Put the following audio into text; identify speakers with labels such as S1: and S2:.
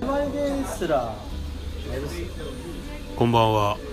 S1: 前ですら
S2: こんばんは